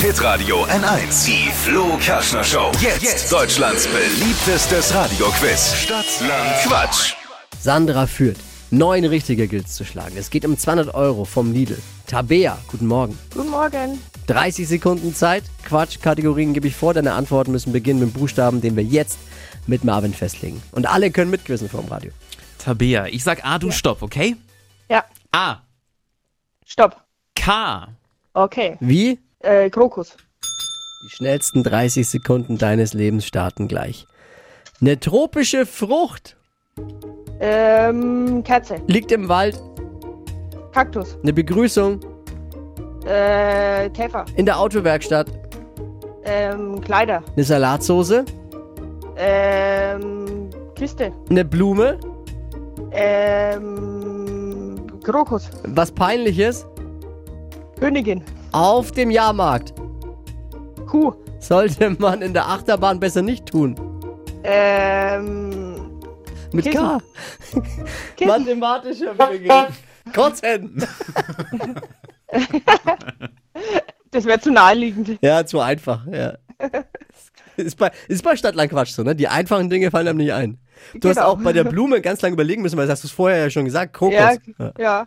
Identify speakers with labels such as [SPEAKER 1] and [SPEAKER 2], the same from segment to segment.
[SPEAKER 1] Hitradio N1. Die Flo Kaschner Show. Jetzt, Deutschlands beliebtestes Radioquiz. Stadt, Land, Quatsch.
[SPEAKER 2] Sandra führt. Neun richtige Gilts zu schlagen. Es geht um 200 Euro vom Lidl. Tabea, guten Morgen.
[SPEAKER 3] Guten Morgen.
[SPEAKER 2] 30 Sekunden Zeit. Quatsch, Kategorien gebe ich vor. Deine Antworten müssen beginnen mit dem Buchstaben, den wir jetzt mit Marvin festlegen. Und alle können mitquissen vom Radio.
[SPEAKER 4] Tabea, ich sag A, du stopp, okay?
[SPEAKER 3] Ja,
[SPEAKER 4] A,
[SPEAKER 3] stopp.
[SPEAKER 4] K.
[SPEAKER 3] Okay.
[SPEAKER 2] Wie?
[SPEAKER 3] Äh, Krokus.
[SPEAKER 2] Die schnellsten 30 Sekunden deines Lebens starten gleich. Eine tropische Frucht
[SPEAKER 3] Ähm, Kerze.
[SPEAKER 2] liegt im Wald.
[SPEAKER 3] Kaktus.
[SPEAKER 2] Eine Begrüßung
[SPEAKER 3] Äh, Käfer.
[SPEAKER 2] in der Autowerkstatt.
[SPEAKER 3] Ähm, Kleider.
[SPEAKER 2] Eine Salatsoße.
[SPEAKER 3] Ähm, Kiste.
[SPEAKER 2] Eine Blume.
[SPEAKER 3] Ähm, Krokus.
[SPEAKER 2] Was peinliches.
[SPEAKER 3] Königin.
[SPEAKER 2] Auf dem Jahrmarkt.
[SPEAKER 3] Kuh.
[SPEAKER 2] Sollte man in der Achterbahn besser nicht tun.
[SPEAKER 3] Ähm,
[SPEAKER 2] Mit K.
[SPEAKER 3] Kissen.
[SPEAKER 2] Mathematischer Begriff. Kotzen.
[SPEAKER 3] das wäre zu naheliegend.
[SPEAKER 2] Ja, zu einfach. Ja. Ist bei, ist bei Stadtlandquatsch so, ne? Die einfachen Dinge fallen einem nicht ein. Du hast
[SPEAKER 3] Genau.
[SPEAKER 2] auch bei der Blume ganz lange überlegen müssen, weil das hast du vorher ja schon gesagt. Kokos.
[SPEAKER 3] Ja, ja.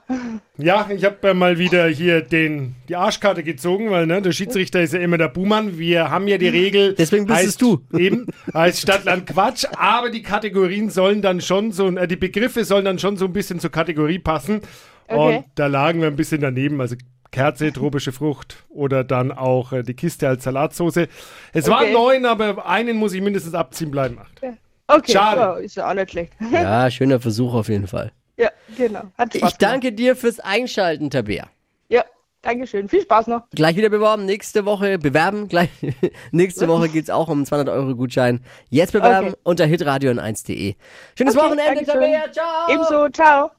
[SPEAKER 5] Ja, ich habe mal wieder hier den, die Arschkarte gezogen, weil ne, der Schiedsrichter ist ja immer der Buhmann. Wir haben ja die Regel.
[SPEAKER 2] Deswegen bist es
[SPEAKER 5] heißt,
[SPEAKER 2] du.
[SPEAKER 5] Eben, heißt Stadtland Quatsch. Aber die Kategorien sollen dann schon so, ein- äh, die Begriffe sollen dann schon so ein bisschen zur Kategorie passen.
[SPEAKER 3] Okay.
[SPEAKER 5] Und da lagen wir ein bisschen daneben. Also Kerze, tropische Frucht oder dann auch äh, die Kiste als Salatsoße. Es waren neun, aber einen muss ich mindestens abziehen bleiben. Acht.
[SPEAKER 3] Okay,
[SPEAKER 5] Schade.
[SPEAKER 3] ja, ist ja auch nicht schlecht.
[SPEAKER 2] ja, schöner Versuch auf jeden Fall.
[SPEAKER 3] Ja, genau. Hat Spaß
[SPEAKER 2] Ich danke dir fürs Einschalten, Tabea.
[SPEAKER 3] Gemacht. Ja, Dankeschön. Viel Spaß noch.
[SPEAKER 2] Gleich wieder beworben, nächste Woche bewerben. Gleich, nächste Woche geht's auch um 200 Euro Gutschein. Jetzt bewerben
[SPEAKER 3] Okay.
[SPEAKER 2] unter hitradio1.de. Schönes
[SPEAKER 3] Okay,
[SPEAKER 2] Wochenende,
[SPEAKER 3] Dankeschön.
[SPEAKER 2] Tabea. Ciao.
[SPEAKER 3] Ebenso, ciao.